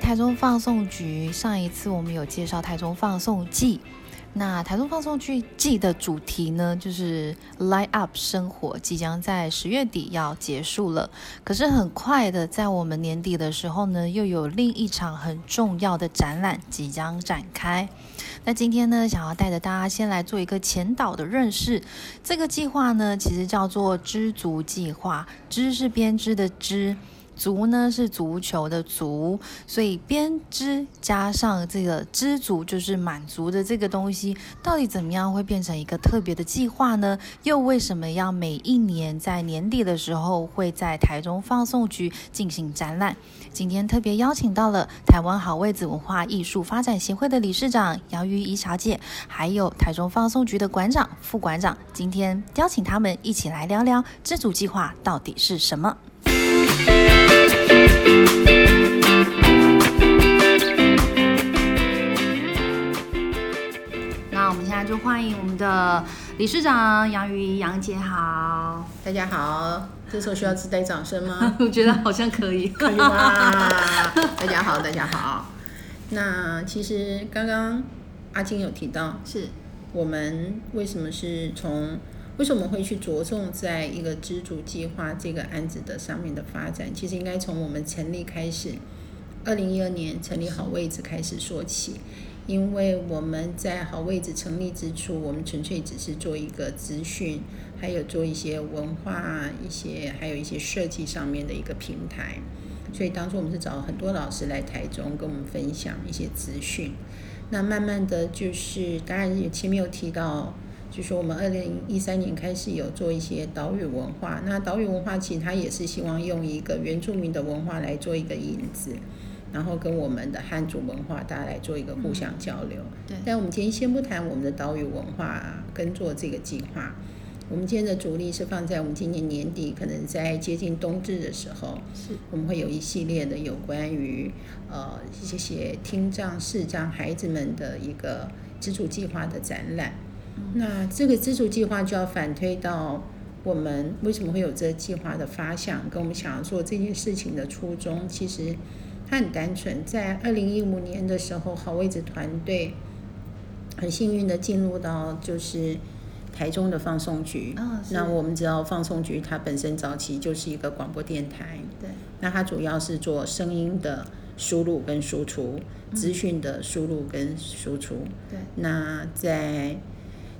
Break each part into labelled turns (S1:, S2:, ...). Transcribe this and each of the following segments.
S1: 台中放送局上一次我们有介绍台中放送季，那台中放送剧季的主题呢，就是 Light Up 生活，即将在十月底要结束了。可是很快的，在我们年底的时候呢，又有另一场很重要的展览即将展开。那今天呢，想要带着大家先来做一个前导的认识。这个计划呢，其实叫做“知足计划”，知是编织的织。足呢是足球的足，所以编织加上这个知足，就是满足的这个东西，到底怎么样会变成一个特别的计划呢？又为什么要每一年在年底的时候会在台中放送局进行展览？今天特别邀请到了台湾好位子文化艺术发展协会的理事长姚瑜怡小姐，还有台中放送局的馆长、副馆长，今天邀请他们一起来聊聊知足计划到底是什么。那我们现在就欢迎我们的理事长杨瑜杨姐好，
S2: 大家好，这时候需要自带掌声吗？
S1: 我觉得好像可以。
S2: 可 以吗？大家好，大家好。那其实刚刚阿金有提到，
S1: 是
S2: 我们为什么是从为什么会去着重在一个知足计划这个案子的上面的发展？其实应该从我们成立开始，二零一二年成立好位置开始说起。因为我们在好位置成立之初，我们纯粹只是做一个资讯，还有做一些文化、一些还有一些设计上面的一个平台。所以当初我们是找很多老师来台中跟我们分享一些资讯。那慢慢的就是，当然也前面有提到，就说我们二零一三年开始有做一些岛屿文化。那岛屿文化其实它也是希望用一个原住民的文化来做一个引子。然后跟我们的汉族文化，大家来做一个互相交流。
S1: 嗯、对。
S2: 但我们今天先不谈我们的岛屿文化、啊、跟做这个计划，我们今天的主力是放在我们今年年底，可能在接近冬至的时候，
S1: 是
S2: 我们会有一系列的有关于呃这些听障、视障孩子们的一个资助计划的展览。嗯、那这个资助计划就要反推到。我们为什么会有这个计划的发想，跟我们想要做这件事情的初衷，其实它很单纯。在二零一五年的时候，好位置团队很幸运的进入到就是台中的放送局。
S1: 哦、
S2: 那我们知道放送局它本身早期就是一个广播电台，
S1: 对。
S2: 那它主要是做声音的输入跟输出，资讯的输入跟输出。
S1: 对、嗯。
S2: 那在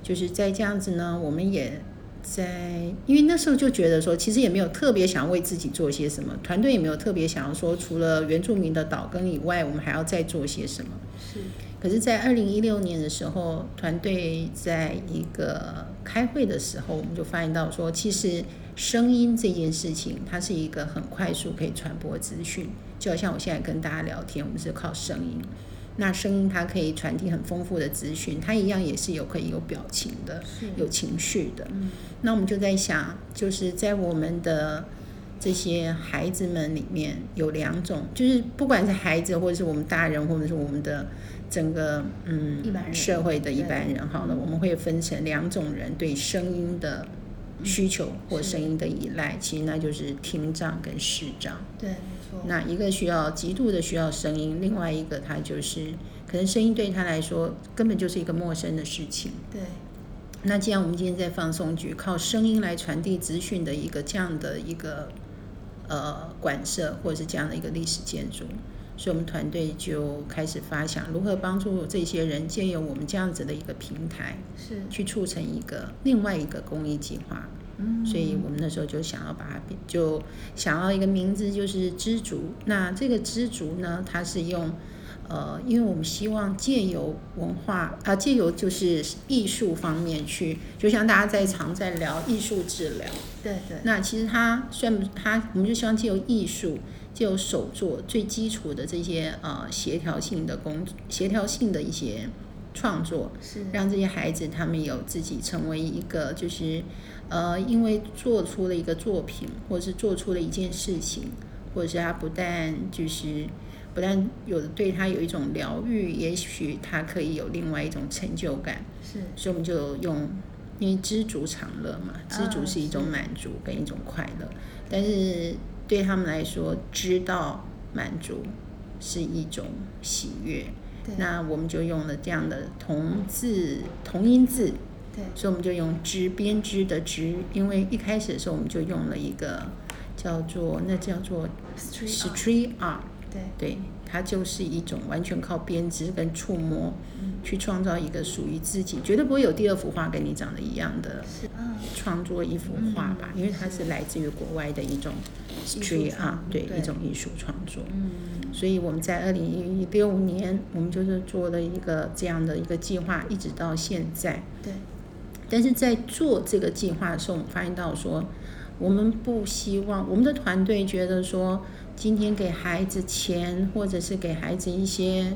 S2: 就是在这样子呢，我们也。在，因为那时候就觉得说，其实也没有特别想为自己做些什么，团队也没有特别想要说，除了原住民的岛耕以外，我们还要再做些什么。
S1: 是。
S2: 可是，在二零一六年的时候，团队在一个开会的时候，我们就发现到说，其实声音这件事情，它是一个很快速可以传播资讯，就好像我现在跟大家聊天，我们是靠声音。那声音它可以传递很丰富的资讯，它一样也是有可以有表情的，有情绪的。
S1: 嗯、
S2: 那我们就在想，就是在我们的这些孩子们里面，有两种，就是不管是孩子，或者是我们大人，或者是我们的整个嗯
S1: 一般人
S2: 社会的一般人，好了，我们会分成两种人对声音的需求或声音的依赖，其实那就是听障跟视障。
S1: 对。
S2: 那一个需要极度的需要声音，另外一个他就是可能声音对他来说根本就是一个陌生的事情。
S1: 对。
S2: 那既然我们今天在放松局靠声音来传递资讯的一个这样的一个呃馆舍或者是这样的一个历史建筑，所以我们团队就开始发想如何帮助这些人借由我们这样子的一个平台，
S1: 是
S2: 去促成一个另外一个公益计划。
S1: 嗯
S2: 所以我们那时候就想要把它，就想要一个名字，就是知足。那这个知足呢，它是用，呃，因为我们希望借由文化啊，借由就是艺术方面去，就像大家在常在聊艺术治疗，
S1: 对对。
S2: 那其实它虽然它，我们就希望借由艺术，借由手作最基础的这些呃协调性的工，协调性的一些。创作
S1: 是
S2: 让这些孩子他们有自己成为一个就是，呃，因为做出了一个作品，或者是做出了一件事情，或者是他不但就是不但有对他有一种疗愈，也许他可以有另外一种成就感。
S1: 是，
S2: 所以我们就用因为知足常乐嘛，知足是一种
S1: 啊是
S2: 满足跟一种快乐，但是对他们来说，知道满足是一种喜悦。
S3: 对
S2: 那我们就用了这样的同字同音字，
S3: 对
S2: 所以我们就用织编织的织，因为一开始的时候我们就用了一个叫做那叫做
S3: street art，
S2: street art，
S3: 对
S2: 对，它就是一种完全靠编织跟触摸去创造一个属于自己，绝对不会有第二幅画跟你长得一样的
S3: 是嗯
S2: 创作一幅画吧，因为它是来自于国外的一种
S3: 术
S2: street art，
S3: 创
S2: 啊对，
S3: 对
S2: 一种艺术创作。
S3: 嗯
S2: 所以我们在二零一六年，我们就是做了一个这样的一个计划，一直到现在。
S3: 对
S2: 但是在做这个计划的时候，我们发现到说，我们不希望我们的团队觉得说，今天给孩子钱，或者是给孩子一些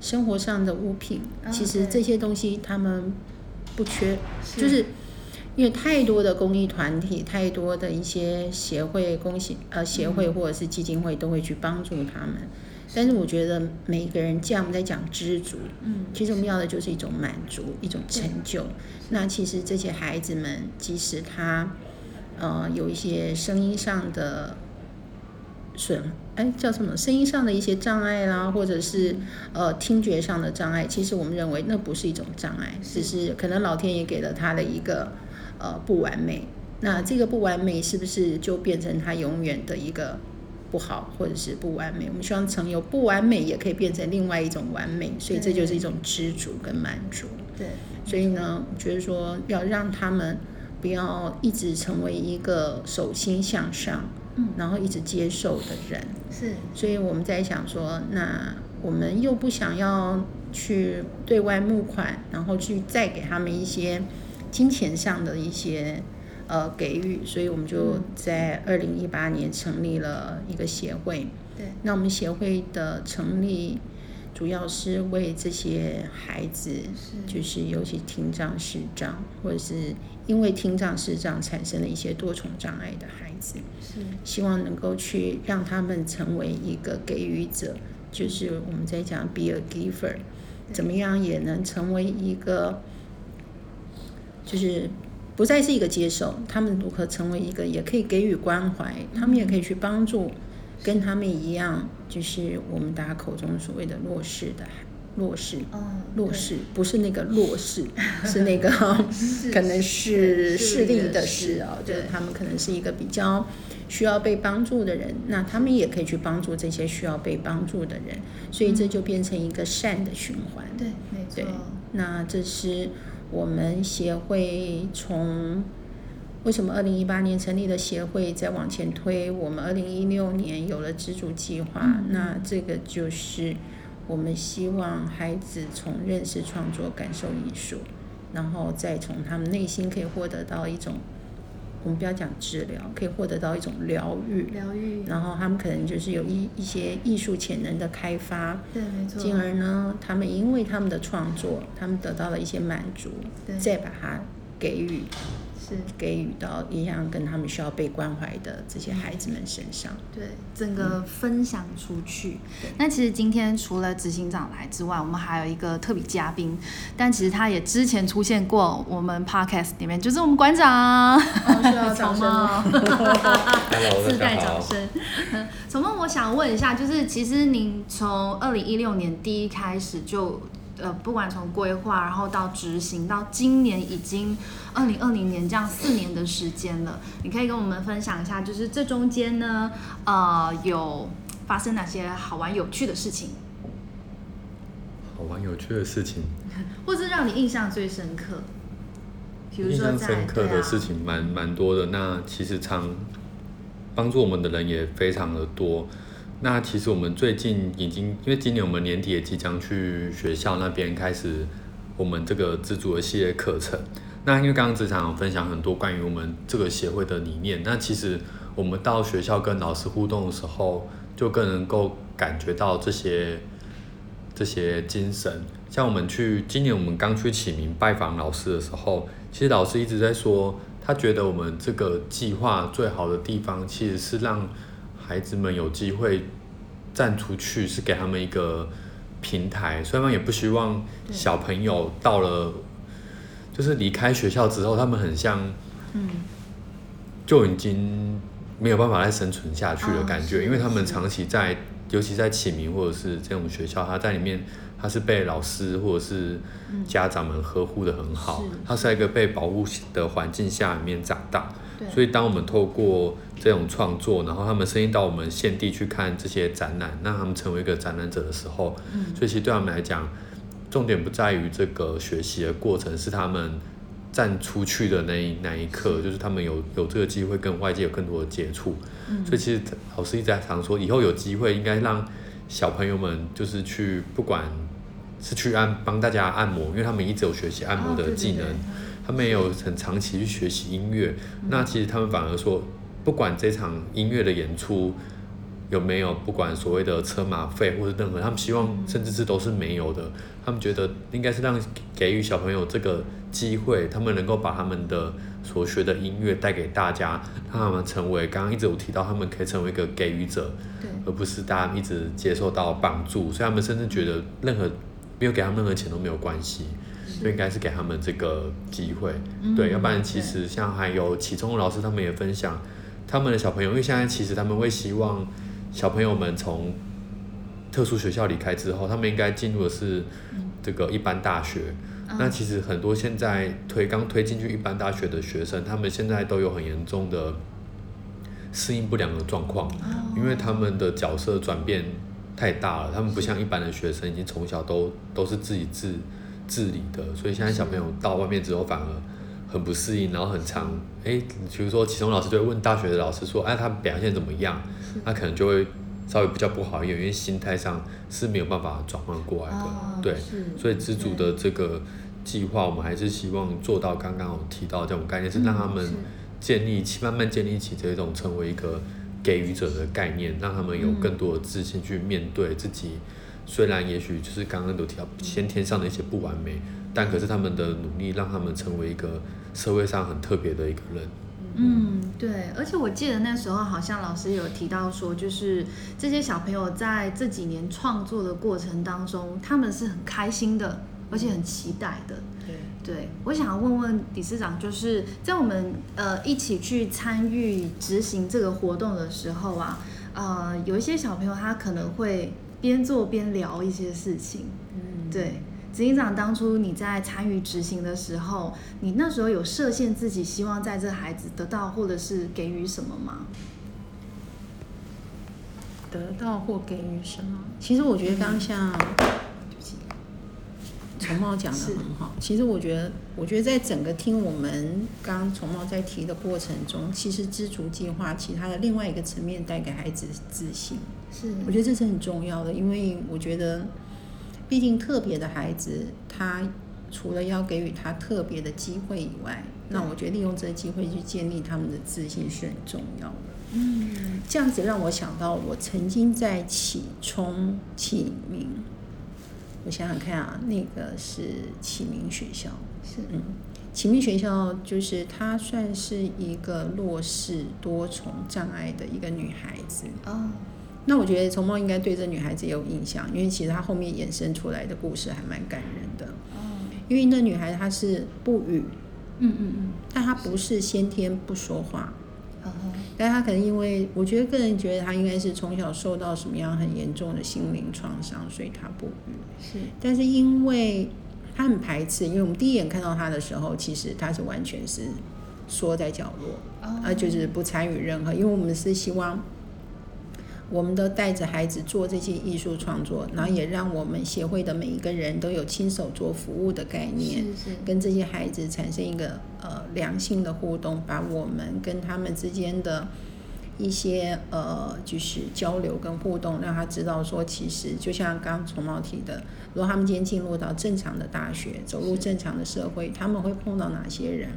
S2: 生活上的物品，
S3: 嗯
S2: 其实
S3: 对
S2: 这些东西他们不缺，
S3: 是
S2: 就是。因为太多的公益团体，太多的一些协会、公协呃协会
S3: 嗯
S2: 或者是基金会都会去帮助他们，但是我觉得每一个人，既然我们在讲知足，
S3: 嗯
S2: 其实我们要的就是一种满足，一种成就。那其实这些孩子们，即使他呃有一些声音上的损，哎叫什么？声音上的一些障碍啦，或者是呃听觉上的障碍，其实我们认为那不是一种障碍，只是可能老天爷给了他的一个呃不完美。那这个不完美是不是就变成他永远的一个不好，或者是不完美？我们希望曾有不完美，也可以变成另外一种完美，所以这就是一种知足跟满足。
S3: 对
S2: 所以呢，我觉得说要让他们不要一直成为一个手心向上，
S3: 嗯
S2: 然后一直接受的人。
S3: 是
S2: 所以我们在想说，那我们又不想要去对外募款，然后去再给他们一些金钱上的一些呃给予，所以我们就在二零一八年成立了一个协会。
S3: 对
S2: 那我们协会的成立，主要是为这些孩子，
S3: 是
S2: 就是尤其听障、视障，或者是因为听障、视障产生了一些多重障碍的孩子，
S3: 是
S2: 希望能够去让他们成为一个给予者，就是我们在讲 be a giver，怎么样也能成为一个，就是不再是一个接受，他们如何成为一个也可以给予关怀，他们也可以去帮助跟他们一样，就是我们大家口中所谓的弱势的孩弱势。
S3: 嗯
S2: 弱
S3: 对
S2: 势不是那个弱 势，是那个可能是
S3: 对
S2: 势力的
S3: 势
S2: 势哦，就
S3: 对
S2: 是他们可能是一个比较需要被帮助的人，那他们也可以去帮助这些需要被帮助的人，所以这就变成一个善的循环。
S3: 对没错
S2: 对，
S1: 嗯
S2: 那这是我们协会从为什么二零一八年成立的协会，再往前推，我们二零一六年有了知足计划，那这个就是我们希望孩子从认识创作、感受艺术，然后再从他们内心可以获得到一种，我们不要讲治疗，可以获得到一种疗愈，
S3: 疗愈
S2: 然后他们可能就是有一一些艺术潜能的开发，
S3: 对没错
S2: 进而呢，他们因为他们的创作，他们得到了一些满足，
S3: 对
S2: 再把它给予
S3: 是
S2: 给予到一样跟他们需要被关怀的这些孩子们身上。
S3: 对，整个
S2: 嗯
S3: 分享出去。那其实今天除了执行长来之外，我们还有一个特别嘉宾，但其实他也之前出现过我们 podcast 里面，就是我们馆长，
S2: 需 要哦啊掌声吗
S3: 草帽
S4: Hello，
S3: 自带
S4: 大家
S3: 掌
S4: 好。
S3: 声。草帽，我想问一下，就是其实您从二零一六年第一开始就。呃，不管从规划，然后到执行，到今年已经二零二零年这样四年的时间了，你可以跟我们分享一下，就是这中间呢，呃，有发生哪些好玩有趣的事情，
S4: 好玩有趣的事情，
S3: 或是让你印象最深刻？比如
S4: 印
S3: 说
S4: 象
S3: 在
S4: 深刻
S3: 对啊
S4: 的事情蛮蛮多的。那其实常帮助我们的人也非常的多。那其实我们最近已经，因为今年我们年底也即将去学校那边开始我们这个自主的系列课程。那因为刚刚职场有分享很多关于我们这个协会的理念，那其实我们到学校跟老师互动的时候，就更能够感觉到这些这些精神。像我们去今年我们刚去启明拜访老师的时候，其实老师一直在说，他觉得我们这个计划最好的地方其实是让孩子们有机会站出去，是给他们一个平台。虽然也不希望小朋友到了就是离开学校之后，他们很像
S3: 嗯
S4: 就已经没有办法再生存下去的感觉，
S3: 哦是
S4: 因为他们
S3: 是
S4: 长期在，尤其在启明或者是这种学校，它在里面它是被老师或者是家长们呵护的很好，
S2: 是
S4: 它是在一个被保护的环境下里面长大。
S3: 啊
S2: 对，
S4: 所以，当我们透过这种创作，然后他们伸进到我们现地去看这些展览，让他们成为一个展览者的时候，
S2: 嗯
S4: 所以其实对他们来讲，重点不在于这个学习的过程，是他们站出去的那一那一刻，就是他们有有这个机会跟外界有更多的接触。
S2: 嗯
S4: 所以，其实老师一直在常说，以后有机会应该让小朋友们就是去不管。是去按帮大家按摩，因为他们一直有学习按摩
S2: 哦
S4: 的
S2: 对对
S4: 技能，
S2: 对
S4: 他们也有很长期去学习音乐，那其实他们反而说，不管这场音乐的演出有没有，不管所谓的车马费或者任何，他们希望甚至是都是没有的，他们觉得应该是让给予小朋友这个机会，他们能够把他们的所学的音乐带给大家，让他们成为刚刚一直有提到，他们可以成为一个给予者，
S2: 对
S4: 而不是大家一直接受到帮助，所以他们甚至觉得任何没有给他们任何钱都没有关系，就应该是给他们这个机会，对，要不然其实像还有启聪老师他们也分享他们的小朋友，因为现在其实他们会希望小朋友们从特殊学校离开之后，他们应该进入的是这个一般大学。那其实很多现在推刚推进去一般大学的学生，他们现在都有很严重的适应不良的状况，因为他们的角色转变太大了，他们不像一般的学生，已经从小都都是自己自自理的，所以现在小朋友到外面之后反而很不适应，然后很常诶，比如说启聪老师就会问大学的老师说，哎、他表现怎么样？他可能就会稍微比较不好一点，因为心态上是没有办法转换过来的，
S1: 嗯
S3: 哦
S4: 对，
S2: 是
S4: 所以知足的这个计划，我们还是希望做到刚刚我提到这种概念，是让他
S3: 嗯
S4: 们建立起慢慢建立起这种成为一个给予者的概念，让他们有更多的自信去面对自己。虽然也许就是刚刚有提到先天上的一些不完美，但可是他们的努力让他们成为一个社会上很特别的一个人。
S1: 嗯，对，而且我记得那时候好像老师有提到说，就是这些小朋友在这几年创作的过程当中，他们是很开心的，而且很期待的。
S2: 对。
S1: 对，我想要问问理事长，就是在我们呃一起去参与执行这个活动的时候啊，呃，有一些小朋友他可能会边做边聊一些事情。
S2: 嗯
S1: 对，执行长当初你在参与执行的时候，你那时候有设限自己希望在这孩子得到或者是给予什么吗？
S2: 得到或给予什么？其实我觉得刚像崇茂讲的
S1: 是
S2: 很好。其实我觉得，我觉得在整个听我们刚刚崇茂在提的过程中，其实知足计划其他的另外一个层面带给孩子自信，
S1: 是
S2: 我觉得这是很重要的，因为我觉得，毕竟特别的孩子，他除了要给予他特别的机会以外，那我觉得利用这个机会去建立他们的自信是很重要的。嗯，这样子让我想到，我曾经在启聪启明，我想想看啊，那个是启明学校，
S1: 是
S2: 嗯，启明学校就是她算是一个弱势多重障碍的一个女孩子，
S1: 哦，
S2: 那我觉得虫猫应该对这女孩子也有印象，因为其实她后面衍生出来的故事还蛮感人的。
S1: 哦
S2: 因为那女孩她是不语，
S1: 嗯嗯嗯，
S2: 但她不是先天不说话，
S1: 然后
S2: 但她可能因为我觉得个人觉得她应该是从小受到什么样很严重的心灵创伤，所以她不语。
S1: 是
S2: 但是因为她很排斥，因为我们第一眼看到她的时候，其实她是完全是缩在角落。
S1: 哦，
S2: 啊，就是不参与任何，因为我们是希望我们都带着孩子做这些艺术创作，然后也让我们协会的每一个人都有亲手做服务的概念，
S1: 是是
S2: 跟这些孩子产生一个呃良性的互动，把我们跟他们之间的。一些呃，就是交流跟互动，让他知道说，其实就像刚刚崇茂提的，如果他们今天进入到正常的大学，走入正常的社会，他们会碰到哪些人？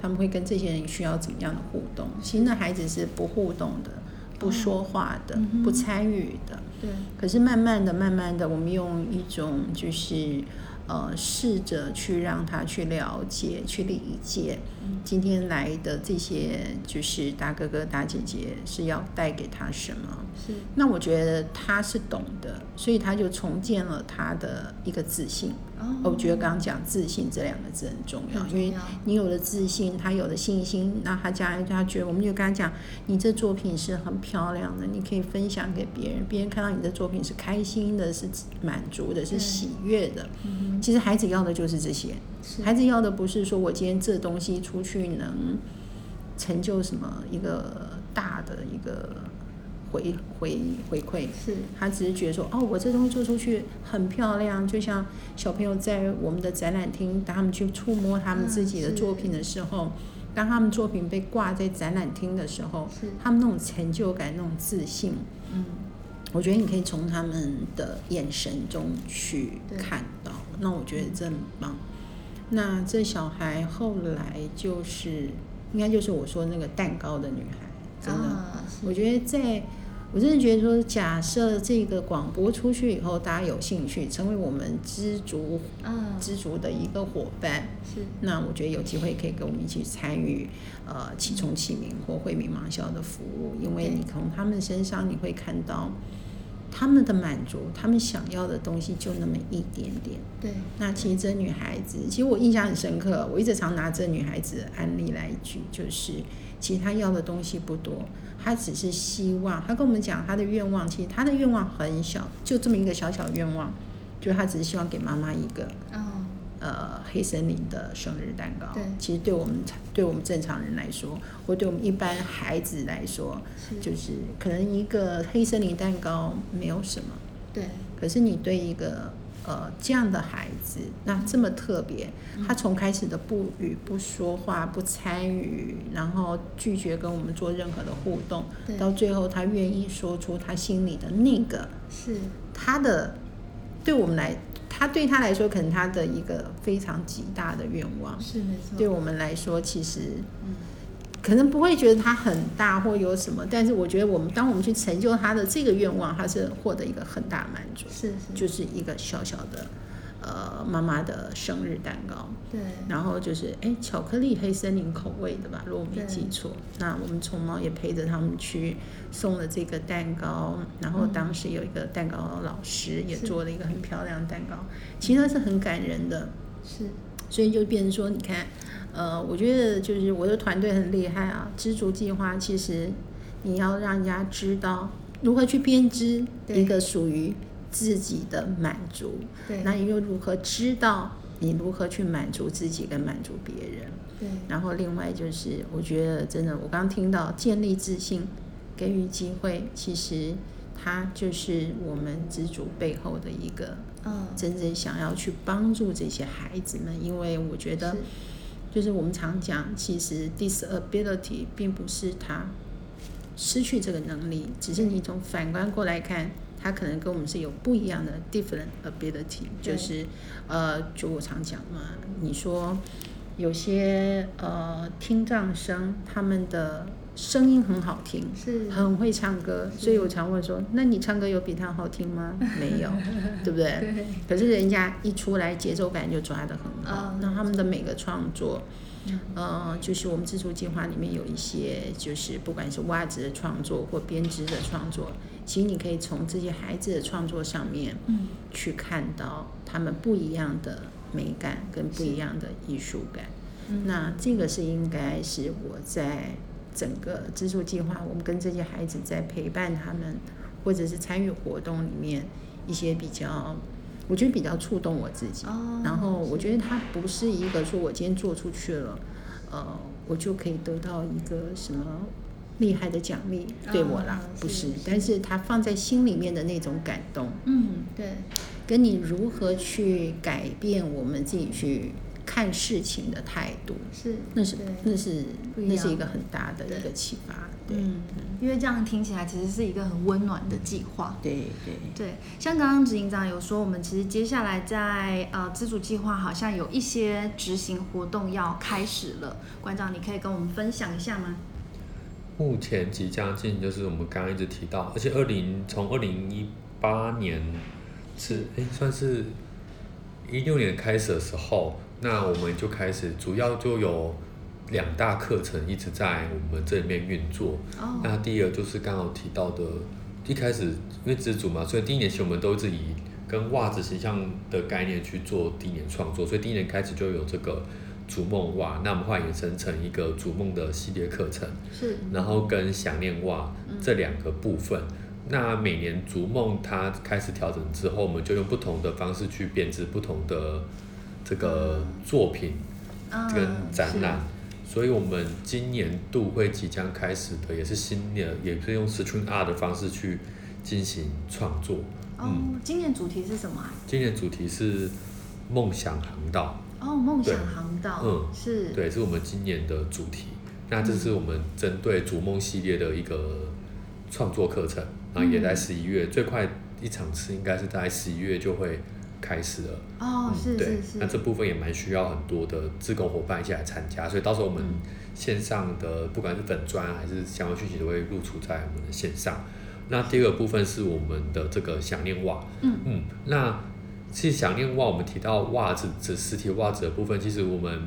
S2: 他们会跟这些人需要怎么样的互动？其实那孩子是不互动的，不说话的，不参与的。
S1: 对，
S2: 可是慢慢的、慢慢的，我们用一种就是呃试着去让他去了解、去理解今天来的这些就是大哥哥、大姐姐是要带给他什么。
S1: 是
S2: 那我觉得他是懂的，所以他就重建了他的一个自信。
S1: 哦
S2: 我觉得刚刚讲自信这两个字很重要，
S1: 很
S2: 因
S1: 重
S2: 为
S1: 要
S2: 你有了自信，他有了信心，那他家人他觉得，我们就跟他讲，你这作品是很漂亮的，你可以分享给别人，别人看到你的作品是开心的，是满足的，是
S1: 对
S2: 喜悦的。其实孩子要的就是这些，
S1: 嗯是
S2: 孩子要的不是说我今天这东西出去能成就什么一个大的一个回回回馈，
S1: 是嗯
S2: 他只是觉得说，哦，我这东西做出去很漂亮，就像小朋友在我们的展览厅，当他们去触摸他们自己的
S1: 嗯是
S2: 作品的时候，当他们作品被挂在展览厅的时候
S1: 是，
S2: 他们那种成就感、那种自信，
S1: 嗯，
S2: 我觉得你可以从他们的眼神中去
S1: 对
S2: 看到，那我觉得这很棒。那这小孩后来就是，应该就是我说那个蛋糕的女孩，真的，
S1: 啊是
S2: 我觉得在，我真的觉得说，假设这个广播出去以后，大家有兴趣成为我们知足
S1: 嗯
S2: 知足的一个伙伴，
S1: 是
S2: 那我觉得有机会可以跟我们一起参与，呃，启聪启明或惠民盲校的服务，因为
S1: 对
S2: 你从他们身上你会看到他们的满足，他们想要的东西就那么一点点。
S1: 对
S2: 那其实这女孩子，其实我印象很深刻，我一直常拿这女孩子的案例来举，就是其实她要的东西不多，她只是希望，她跟我们讲她的愿望，其实她的愿望很小，就这么一个小小愿望，就是她只是希望给妈妈一个
S1: 嗯
S2: 呃黑森林的生日蛋糕。
S1: 对
S2: 其实对我们对我们正常人来说，或对我们一般孩子来说，
S1: 是
S2: 就是可能一个黑森林蛋糕没有什么。
S1: 对
S2: 可是你对一个呃这样的孩子，那这么特别，
S1: 嗯
S2: 他从开始的不语、不说话、不参与，然后拒绝跟我们做任何的互动
S1: 对，
S2: 到最后他愿意说出他心里的那个
S1: 是
S2: 他的，对我们来，他对他来说可能他的一个非常极大的愿望，
S1: 是没错
S2: 对我们来说其实
S1: 嗯
S2: 可能不会觉得它很大或有什么，但是我觉得我们当我们去成就他的这个愿望，他是获得一个很大的满足。
S1: 是是
S2: 就是一个小小的，呃，妈妈的生日蛋糕，
S1: 对
S2: 然后就是哎，巧克力黑森林口味的吧，如果我没
S1: 对
S2: 记错。那我们虫猫也陪着他们去送了这个蛋糕，然后当时有一个蛋糕老师也
S1: 是
S2: 做了一个很漂亮的蛋糕，其实它是很感人的。
S1: 是
S2: 所以就变成说，你看，呃，我觉得就是我的团队很厉害啊。知足计划其实你要让人家知道如何去编织
S1: 对
S2: 一个属于自己的满足，
S1: 对
S2: 那你又如何知道你如何去满足自己跟满足别人？
S1: 对
S2: 然后另外就是，我觉得真的，我刚刚听到建立自信，给予机会，其实它就是我们知足背后的一个
S1: 嗯
S2: 真正想要去帮助这些孩子们，因为我觉得
S1: 是，
S2: 就是我们常讲，其实 disability 并不是他失去这个能力，只是你从反观过来看，他可能跟我们是有不一样的 different ability，
S1: 对
S2: 就是呃，就我常讲嘛，你说有些呃听障生他们的声音很好听，
S1: 是
S2: 很会唱歌，
S1: 是
S2: 所以我常问说：“那你唱歌有比他好听吗？”没有，对不对？
S1: 对
S2: 可是人家一出来节奏感就抓得很好
S1: 嗯，
S2: 那、他们的每个创作，呃，就是我们制作计划里面有一些，就是不管是袜子的创作或编织的创作，其实你可以从这些孩子的创作上面，
S1: 嗯
S2: 去看到他们不一样的美感跟不一样的艺术感。
S1: 嗯
S2: 那这个是应该是我在整个资助计划，我们跟这些孩子在陪伴他们，或者是参与活动里面一些比较，我觉得比较触动我自己。
S1: 哦
S2: 然后我觉得它不是一个说我今天做出去了，呃，我就可以得到一个什么。厉害的奖励对我啦，
S1: 啊
S2: 不
S1: 是
S2: 是
S1: 是，
S2: 但是他放在心里面的那种感动，
S1: 嗯对
S2: 跟你如何去改变我们自己去看事情的态度，
S1: 是
S2: 那是
S1: 对
S2: 那是
S1: 不一样
S2: 那是一个很大的
S1: 对
S2: 一个启发，对
S1: 嗯，因为这样听起来其实是一个很温暖的计划。
S2: 对对
S1: 对，像刚刚执行长有说，我们其实接下来在呃自主计划好像有一些执行活动要开始了，馆长你可以跟我们分享一下吗？
S4: 目前即将进行就是我们刚刚一直提到，而且二零从二零一八年是哎、算是一六年开始的时候，那我们就开始主要就有两大课程一直在我们这里面运作。
S1: 哦，
S4: 那第一个就是刚好提到的，一开始因为自主嘛，所以第一年其实我们都是以跟袜子形象的概念去做第一年创作，所以第一年开始就有这个逐梦袜，那我们后来延伸成一个逐梦的系列课程。
S1: 是
S4: 然后跟想念袜
S1: 嗯
S4: 这两个部分。那每年逐梦它开始调整之后，我们就用不同的方式去编织不同的这个作品
S1: 嗯
S4: 跟展览。所以，我们今年度会即将开始的，也是新的，也是用 String Art 的方式去进行创作。嗯
S1: 哦，今年主题是什么啊？
S4: 今年主题是梦想航道。
S1: 哦，梦想
S4: 对
S1: 航道，
S4: 嗯
S1: 是，
S4: 对，是我们今年的主题。那这是我们针对逐梦系列的一个创作课程，然后也
S1: 嗯
S4: 在十一月，最快一场次应该是在十一月就会开始了。
S1: 哦，是
S4: 嗯对
S1: 是，
S4: 那
S1: 是，
S4: 这部分也蛮需要很多的志工伙伴一起来参加，所以到时候我
S1: 嗯
S4: 们线上的不管是粉砖还是相关讯息都会录出在我们的线上。那第二个部分是我们的这个想念袜，
S1: 嗯
S4: 嗯，那其实想念袜，我们提到袜子这实体袜子的部分，其实我们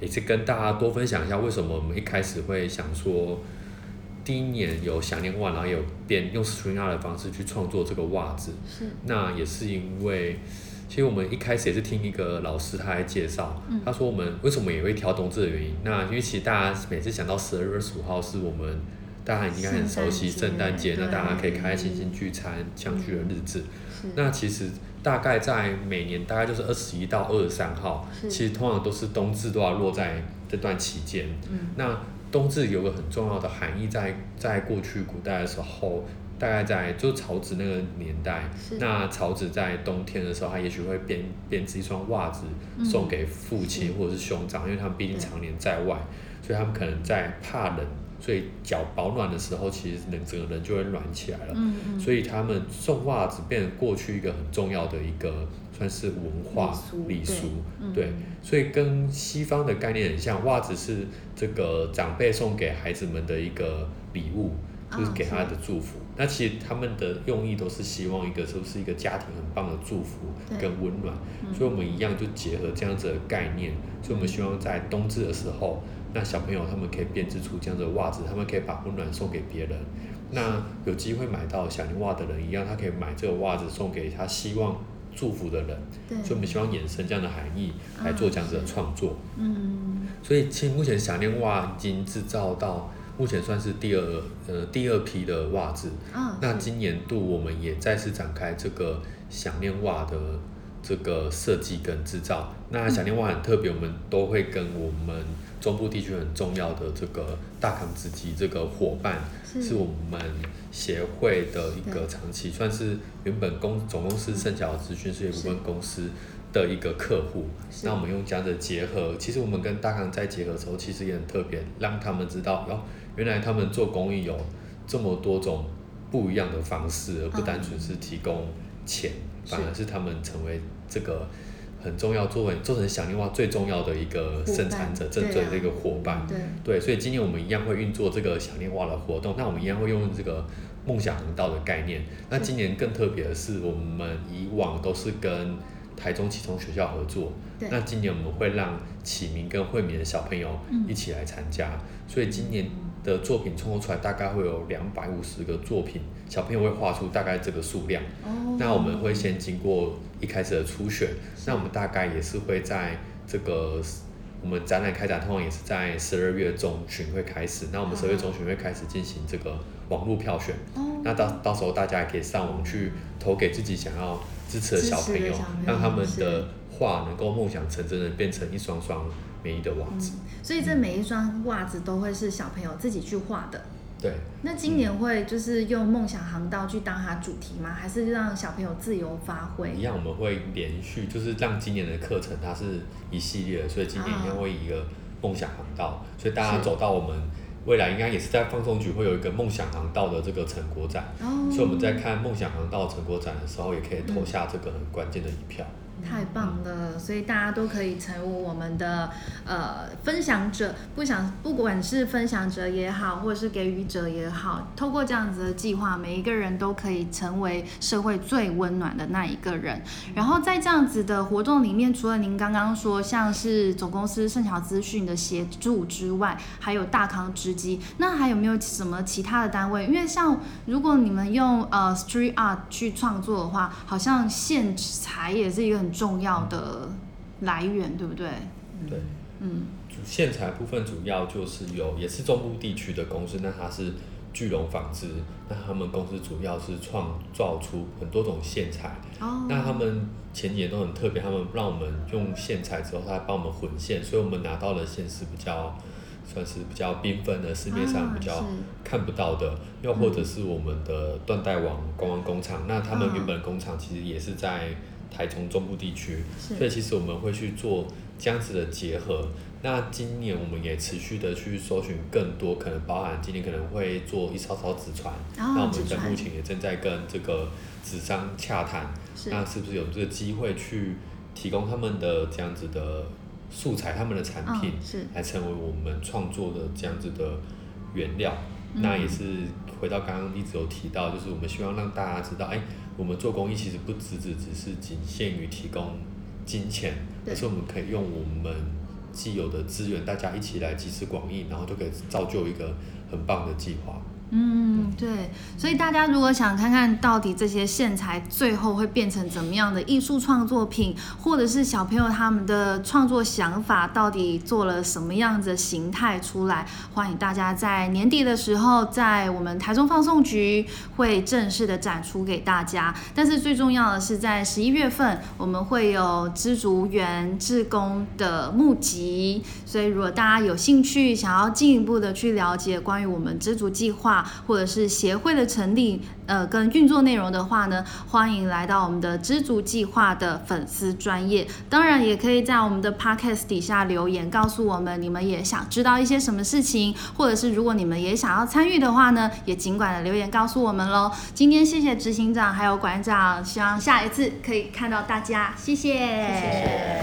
S4: 也是跟大家多分享一下为什么我们一开始会想说。第一年有想念袜，然后有变用 string art 的方式去创作这个袜子，
S1: 是
S4: 那也是因为，其实我们一开始也是听一个老师他来介绍，
S1: 嗯
S4: 他说我们为什么也会挑冬至的原因。那因为其实大家每次想到十二月二十五号是我们大家应该很熟悉
S1: 圣
S4: 圣
S1: 诞
S4: 诞
S1: 节
S4: 节，那大家可以
S1: 对嗯
S4: 开开心心聚餐相聚的日子。
S1: 是，
S4: 那其实大概在每年大概就是二十一到二十三号，
S1: 是
S4: 其实通常都是冬至都要落在这段期间。
S1: 嗯
S4: 那冬至有个很重要的含义在，在过去古代的时候，大概在就是曹植那个年代
S1: 是，
S4: 那曹植在冬天的时候，他也许会编编织一双袜子
S1: 嗯
S4: 送给父亲或者是兄长，因为他们毕竟
S1: 对
S4: 常年在外，所以他们可能在怕冷，所以脚保暖的时候，其实人整个人就会暖起来了。
S1: 嗯嗯，
S4: 所以他们送袜子变成过去一个很重要的一个算是文化
S1: 礼
S4: 礼
S1: 俗
S4: 俗，
S1: 嗯
S4: 对，所以跟西方的概念很像，袜子是这个长辈送给孩子们的一个礼物，
S1: 哦
S4: 就是给他的祝福。那其实他们的用意都是希望一个是不是一个家庭很棒的祝福
S1: 对
S4: 跟温暖，所以我们一样就结合这样子的概念，所以我们希望在冬至的时候，那小朋友他们可以编织出这样的袜子，他们可以把温暖送给别人。那有机会买到小牛袜的人一样，他可以买这个袜子送给他希望祝福的人。
S1: 对，
S4: 所以我们希望衍生这样的含义来做这样子的创作。
S1: 嗯，
S4: 所以其实目前想念袜已经制造到目前算是第二呃第二批的袜子。
S1: 啊，
S4: 那今年度我们也再次展开这个想念袜的这个设计跟制造。
S1: 嗯
S4: 那想念袜很特别，我们都会跟我们中部地区很重要的这个大康之基这个伙伴
S1: 是
S4: 是我们协会的一个长期，算是原本公总公司圣桥资讯事业股份公司的一个客户。
S1: 是
S4: 那我们用这样的结合，其实我们跟大康在结合的时候，其实也很特别，让他们知道，哦，原来他们做公益有这么多种不一样的方式，而不单
S1: 嗯
S4: 纯是提供钱，
S2: 是
S4: 反而是他们成为这个。很重要，作为做成响应袜最重要的一个
S1: 伴
S4: 生产者，正
S1: 对
S4: 对
S1: 啊
S4: 这个伙伴，
S1: 对，啊
S4: 对，所以今年我们一样会运作这个想念袜的活动，那我们一样会用这个梦想航道的概念。那今年更特别的是，我们以往都是跟台中启聪学校合作
S1: 对，
S4: 那今年我们会让启明跟慧敏的小朋友
S1: 嗯
S4: 一起来参加，所以今年的作品创作出来大概会有两百五十个作品，小朋友会画出大概这个数量。
S1: 哦，
S4: 那我们会先经过一开始的初选，那我们大概也是会在这个我们展览开展，通常也是在十二月中旬会开始。那我们十二月中旬会开始进行这个网络票选，
S1: 哦，
S4: 那到到时候大家也可以上网去投给自己想要支持的
S1: 支持
S4: 小
S1: 的
S4: 朋友，
S1: 小朋友
S4: 让他们
S1: 是
S4: 的画能够梦想成真的变成一双双美丽的袜子。
S1: 所以这每一双袜子都会是小朋友自己去画的。
S4: 对，
S1: 那今年会就是用梦想航道去当它主题吗？还是让小朋友自由发挥
S4: 一？样，我们会连续，就是让今年的课程它是一系列的，所以今年
S1: 啊
S4: 应该会以一个梦想航道，所以大家
S1: 是
S4: 走到我们未来应该也是在放松局会有一个梦想航道的这个成果展，
S1: 哦
S4: 所以我们在看梦想航道成果展的时候，也可以投下这个很关键的一票。
S1: 太棒了，所以大家都可以成为我们的呃分享者，不想不管是分享者也好，或者是给予者也好，透过这样子的计划，每一个人都可以成为社会最温暖的那一个人。然后在这样子的活动里面，除了您刚刚说像是总公司圣桥资讯的协助之外，还有大康之基，那还有没有什么其他的单位？因为像如果你们用呃 Street Art 去创作的话，好像线材也是一个很重要的来源，对不对？
S4: 对，
S1: 嗯，
S4: 主线材部分主要就是有，也是中部地区的公司，那它是聚龙纺织，那他们公司主要是创造出很多种线材，
S1: 哦，
S4: 那他们前几年都很特别，他们让我们用线材之后，他还帮我们混线，所以我们拿到的线是比较算是比较缤纷的，市面上
S1: 啊
S4: 比较、
S1: 是
S4: 看不到的，又或者是我们的缎带网观光工厂，那他们
S1: 嗯
S4: 原本工厂其实也是在台中中部地区，
S1: 是
S4: 所以其实我们会去做这样子的结合。那今年我们也持续的去搜寻更多，可能包含今年可能会做一艘艘纸船，
S1: 哦
S4: 那我
S1: 纸
S4: 们在
S1: 船
S4: 目前也正在跟这个纸商洽谈，
S1: 是
S4: 那是不是有这个机会去提供他们的这样子的素材，他们的产品，
S1: 嗯、是
S4: 来成为我们创作的这样子的原料。
S1: 嗯
S4: 那也是回到刚刚一直有提到，就是我们希望让大家知道，哎，我们做公益其实不只只只是仅限于提供金钱，
S1: 对
S4: 而是我们可以用我们既有的资源，大家一起来集思广益，然后就可以造就一个很棒的计划。
S1: 嗯，对，所以大家如果想看看到底这些线材最后会变成怎么样的艺术创作品，或者是小朋友他们的创作想法到底做了什么样子的形态出来，欢迎大家在年底的时候，在我们台中放送局会正式的展出给大家。但是最重要的是，在十一月份我们会有知足园志工的募集，所以，如果大家有兴趣，想要进一步的去了解关于我们知足计划或者是协会的成立，呃，跟运作内容的话呢，欢迎来到我们的知足计划的粉丝专业。当然，也可以在我们的 podcast 底下留言，告诉我们你们也想知道一些什么事情，或者是如果你们也想要参与的话呢，也尽管的留言告诉我们喽。今天谢谢执行长还有馆长，希望下一次可以看到大家，谢谢，谢
S2: 谢谢